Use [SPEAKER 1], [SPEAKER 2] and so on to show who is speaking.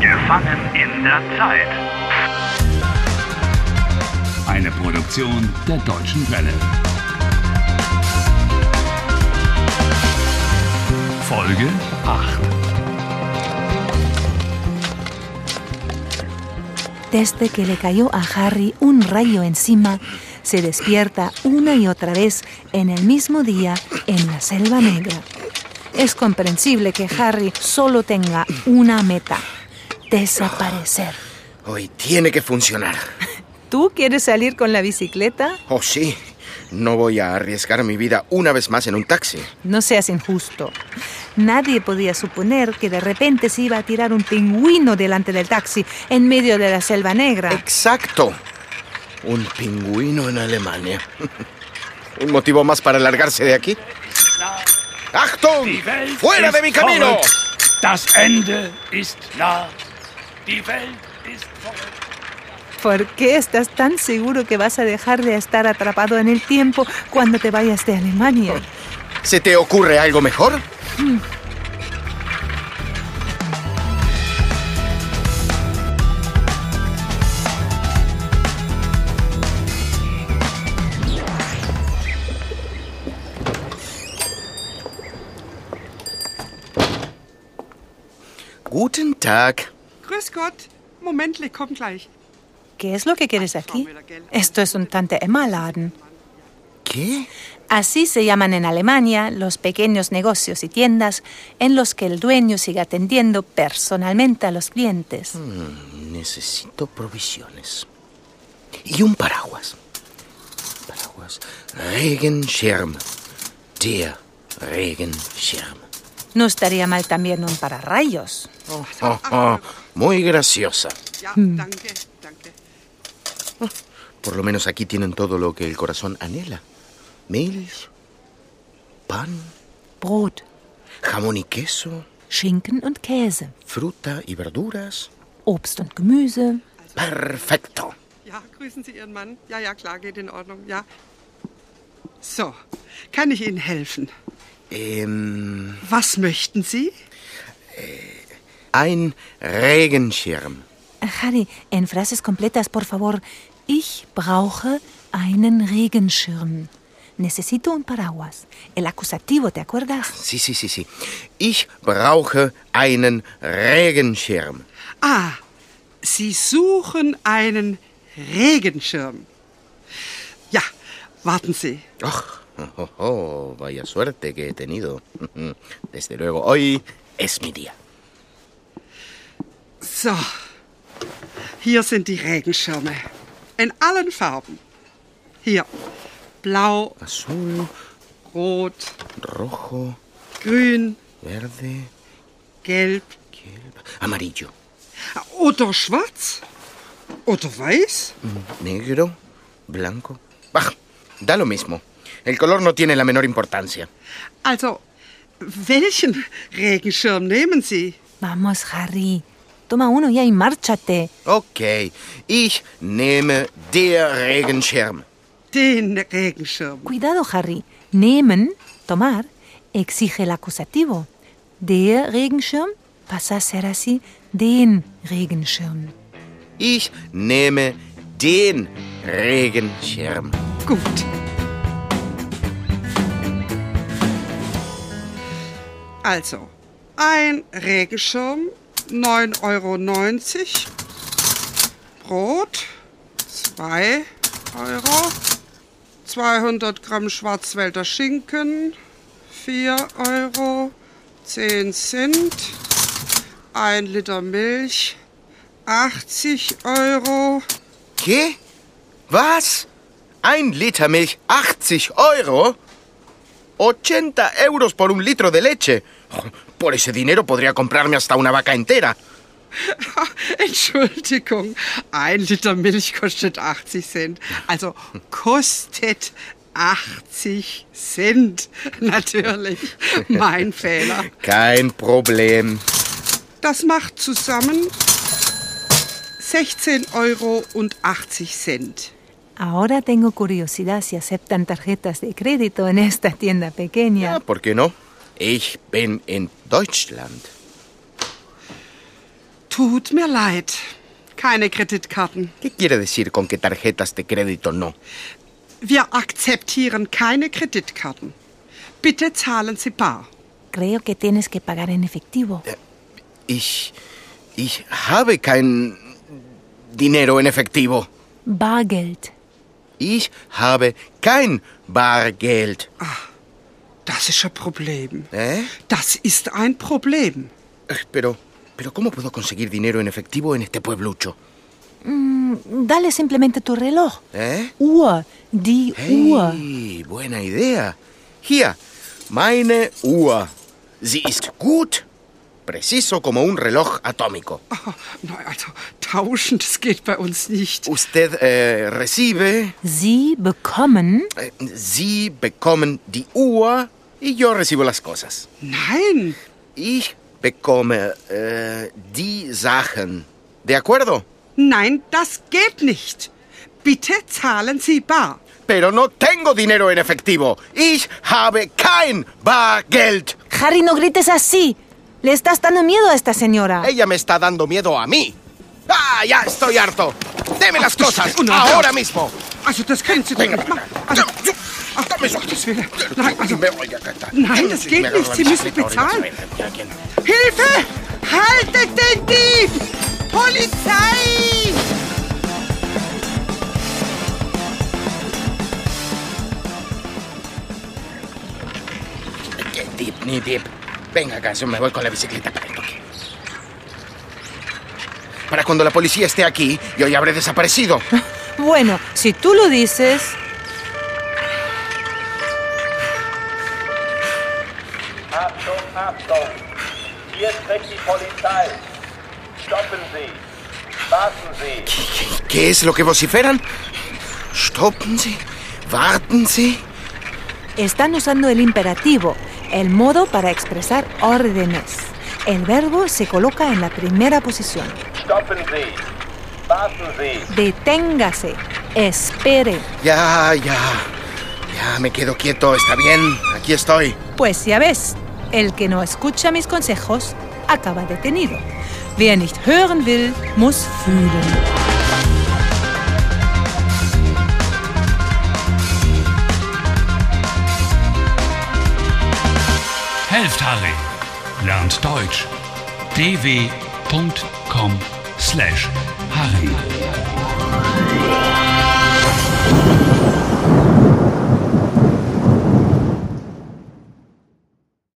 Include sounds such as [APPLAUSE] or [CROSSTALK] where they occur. [SPEAKER 1] Gefangen in der Zeit.
[SPEAKER 2] Eine Produktion der Deutschen Welle. Folge 8.
[SPEAKER 3] Desde que le cayó a Harry un rayo encima, se despierta una y otra vez en el mismo día en la Selva Negra. Es comprensible que Harry solo tenga una meta, desaparecer.
[SPEAKER 4] Hoy tiene que funcionar.
[SPEAKER 3] ¿Tú quieres salir con la bicicleta?
[SPEAKER 4] Oh, sí. No voy a arriesgar mi vida una vez más en un taxi.
[SPEAKER 3] No seas injusto. Nadie podía suponer que de repente se iba a tirar un pingüino delante del taxi en medio de la selva negra.
[SPEAKER 4] Exacto. Un pingüino en Alemania. [LAUGHS] Un motivo más para largarse de aquí. ¡Achtung!
[SPEAKER 2] Die Welt
[SPEAKER 4] ¡Fuera de
[SPEAKER 2] ist
[SPEAKER 4] mi camino!
[SPEAKER 2] verrückt. Das Ende ist nah. Die Welt ist verrückt.
[SPEAKER 3] ¿Por qué estás tan seguro que vas a dejar de estar atrapado en el tiempo cuando te vayas de Alemania?
[SPEAKER 4] ¿Se te ocurre algo mejor? Guten Tag.
[SPEAKER 5] Grüß Gott. Moment, ich komm gleich.
[SPEAKER 3] ¿Qué es lo que quieres aquí? Esto es un Tante Emma Laden.
[SPEAKER 4] ¿Qué?
[SPEAKER 3] Así se llaman en Alemania los pequeños negocios y tiendas en los que el dueño sigue atendiendo personalmente a los clientes.
[SPEAKER 4] Necesito provisiones. Y un paraguas. Paraguas. Regenschirm. Der Regenschirm.
[SPEAKER 3] No estaría mal también un pararrayos.
[SPEAKER 4] Oh, oh, muy graciosa.
[SPEAKER 5] Ja, danke, danke.
[SPEAKER 4] Por lo menos aquí tienen todo lo que el corazón anhela. Milch, pan,
[SPEAKER 3] Brot,
[SPEAKER 4] jamón y queso,
[SPEAKER 3] Schinken und Käse,
[SPEAKER 4] fruta y verduras.
[SPEAKER 3] Obst und Gemüse.
[SPEAKER 4] Perfecto.
[SPEAKER 5] Ja, grüßen Sie Ihren Mann. Ja, ja, klar, geht in Ordnung. Ja. So, kann ich Ihnen helfen?
[SPEAKER 4] Em,
[SPEAKER 5] Was möchten Sie?
[SPEAKER 4] ein Regenschirm.
[SPEAKER 3] Harry, en frases completas, por favor. Ich brauche einen Regenschirm. Necesito un paraguas. El acusativo, ¿te acuerdas?
[SPEAKER 4] Sí, sí, sí, sí. Ich brauche einen Regenschirm.
[SPEAKER 5] Ah, Sie suchen einen Regenschirm. Ja, warten Sie.
[SPEAKER 4] Oj, oh, oh, vaya suerte que he tenido. [LAUGHS] Desde luego, hoy es mi día.
[SPEAKER 5] So, hier sind die Regenschirme. In allen Farben. Hier, blau,
[SPEAKER 4] Azul,
[SPEAKER 5] rot,
[SPEAKER 4] rojo,
[SPEAKER 5] grün,
[SPEAKER 4] verde,
[SPEAKER 5] gelb
[SPEAKER 4] gelb, amarillo,
[SPEAKER 5] Oder schwarz. Oder weiß.
[SPEAKER 4] negro, blanco. Bah, da lo mismo. El color no tiene la menor importancia.
[SPEAKER 5] Also, welchen Regenschirm nehmen Sie?
[SPEAKER 3] Vamos, Harry. Toma uno ya y márchate.
[SPEAKER 4] Ok, ich nehme der Regenschirm.
[SPEAKER 5] Den Regenschirm.
[SPEAKER 3] Cuidado, Harry. Nehmen, tomar, exige el acusativo. Der Regenschirm pasa a ser así den Regenschirm.
[SPEAKER 4] Ich nehme den Regenschirm.
[SPEAKER 5] Gut. Also, ein Regenschirm, 9,90 Euro. Brot, 2 Euro. 200 Gramm Schwarzwälder Schinken, 4 Euro. 10 Cent. 1 Liter Milch, 80 Euro.
[SPEAKER 4] ¿Qué? Was? Ein Liter Milch, 80 Euro. 80 euros por un litro de leche. Por ese dinero podría comprarme hasta una vaca entera.
[SPEAKER 5] [LAUGHS] Entschuldigung, ein Liter Milch kostet 80 Cent. Also kostet 80 Cent. [LAUGHS] Natürlich, mein Fehler.
[SPEAKER 4] Kein Problem.
[SPEAKER 5] Das macht zusammen 16,80 Euro.
[SPEAKER 3] Ahora tengo curiosidad si aceptan tarjetas de crédito en esta tienda pequeña.
[SPEAKER 4] Ja, Ah, ¿por qué no? Ich bin in Deutschland.
[SPEAKER 5] Tut mir leid. Keine Kreditkarten.
[SPEAKER 4] ¿Qué quiere decir con que tarjetas de crédito no?
[SPEAKER 5] Wir akzeptieren keine Kreditkarten. Bitte zahlen Sie bar.
[SPEAKER 3] Creo que tienes que pagar en efectivo.
[SPEAKER 4] Ich. Ich habe kein dinero en efectivo.
[SPEAKER 3] Bargeld.
[SPEAKER 4] Ich habe kein Bargeld.
[SPEAKER 5] Das ist ein Problem.
[SPEAKER 4] ¿Eh?
[SPEAKER 5] Das ist ein Problem.
[SPEAKER 4] Eh, Pero. Pero ¿cómo puedo conseguir dinero en efectivo en este pueblucho?
[SPEAKER 3] Dale simplemente tu reloj.
[SPEAKER 4] ¿Eh?
[SPEAKER 3] Uhr. Die Uhr.
[SPEAKER 4] Hey, buena Idee. Hier, meine Uhr. Sie ist gut, preciso como un reloj atómico.
[SPEAKER 5] Oh, na, also tauschen, das geht bei uns nicht. Oh,
[SPEAKER 4] Usted eh, recibe,
[SPEAKER 3] Sie bekommen
[SPEAKER 4] eh, Sie bekommen die Uhr y yo recibo las cosas.
[SPEAKER 5] Nein.
[SPEAKER 4] Ich bekomme eh, die Sachen. ¿De acuerdo?
[SPEAKER 5] Nein, das geht nicht. Bitte zahlen Sie bar.
[SPEAKER 4] Pero no tengo dinero en efectivo. Ich habe kein Bargeld.
[SPEAKER 3] Harry, no grites así. Le estás dando miedo a esta señora.
[SPEAKER 4] Ah. Ella me está dando miedo a mí. ¡Ah, ya estoy harto! ¡Deme las cosas! ¡Ahora mismo!
[SPEAKER 5] Also das können Sie doch
[SPEAKER 4] Venga,
[SPEAKER 5] nicht
[SPEAKER 4] venga,
[SPEAKER 5] machen.
[SPEAKER 4] venga.
[SPEAKER 5] Also, um
[SPEAKER 4] Ach, dame eso.
[SPEAKER 5] Gottes Willen. Nein, also,
[SPEAKER 4] Me voy a cantar.
[SPEAKER 5] Nein, das geht
[SPEAKER 4] Me agarro
[SPEAKER 5] nicht.
[SPEAKER 4] la
[SPEAKER 5] Sie müssen
[SPEAKER 4] bicicleta ahorita,
[SPEAKER 5] bezahlen.
[SPEAKER 4] se ven, ya, ¿quién?
[SPEAKER 5] Hilfe! Haltet den Dieb! Polizei!
[SPEAKER 4] ¿Qué tip, ni tip? Venga, Ganso, me voy con la bicicleta para el toque. Para cuando la policía esté aquí, yo ya habré desaparecido.
[SPEAKER 3] Bueno, si tú lo dices.
[SPEAKER 1] Achtung, Achtung! Hier spricht die Polizei. Stoppen Sie! Warten Sie!
[SPEAKER 4] ¿Qué es lo que vociferan? Stoppen Sie, warten Sie.
[SPEAKER 3] Están usando el imperativo, el modo para expresar órdenes. El verbo se coloca en la primera posición.
[SPEAKER 1] Stoppen Sie! Warten Sie!
[SPEAKER 3] Deténgase. Espere.
[SPEAKER 4] Ya, ya. Ya me quedo quieto, está bien. Aquí estoy.
[SPEAKER 3] Pues ya ves, el que no escucha mis consejos acaba detenido. Wer nicht hören will, muss fühlen.
[SPEAKER 2] Helft Harry. Lernt Deutsch. dw.com/harry.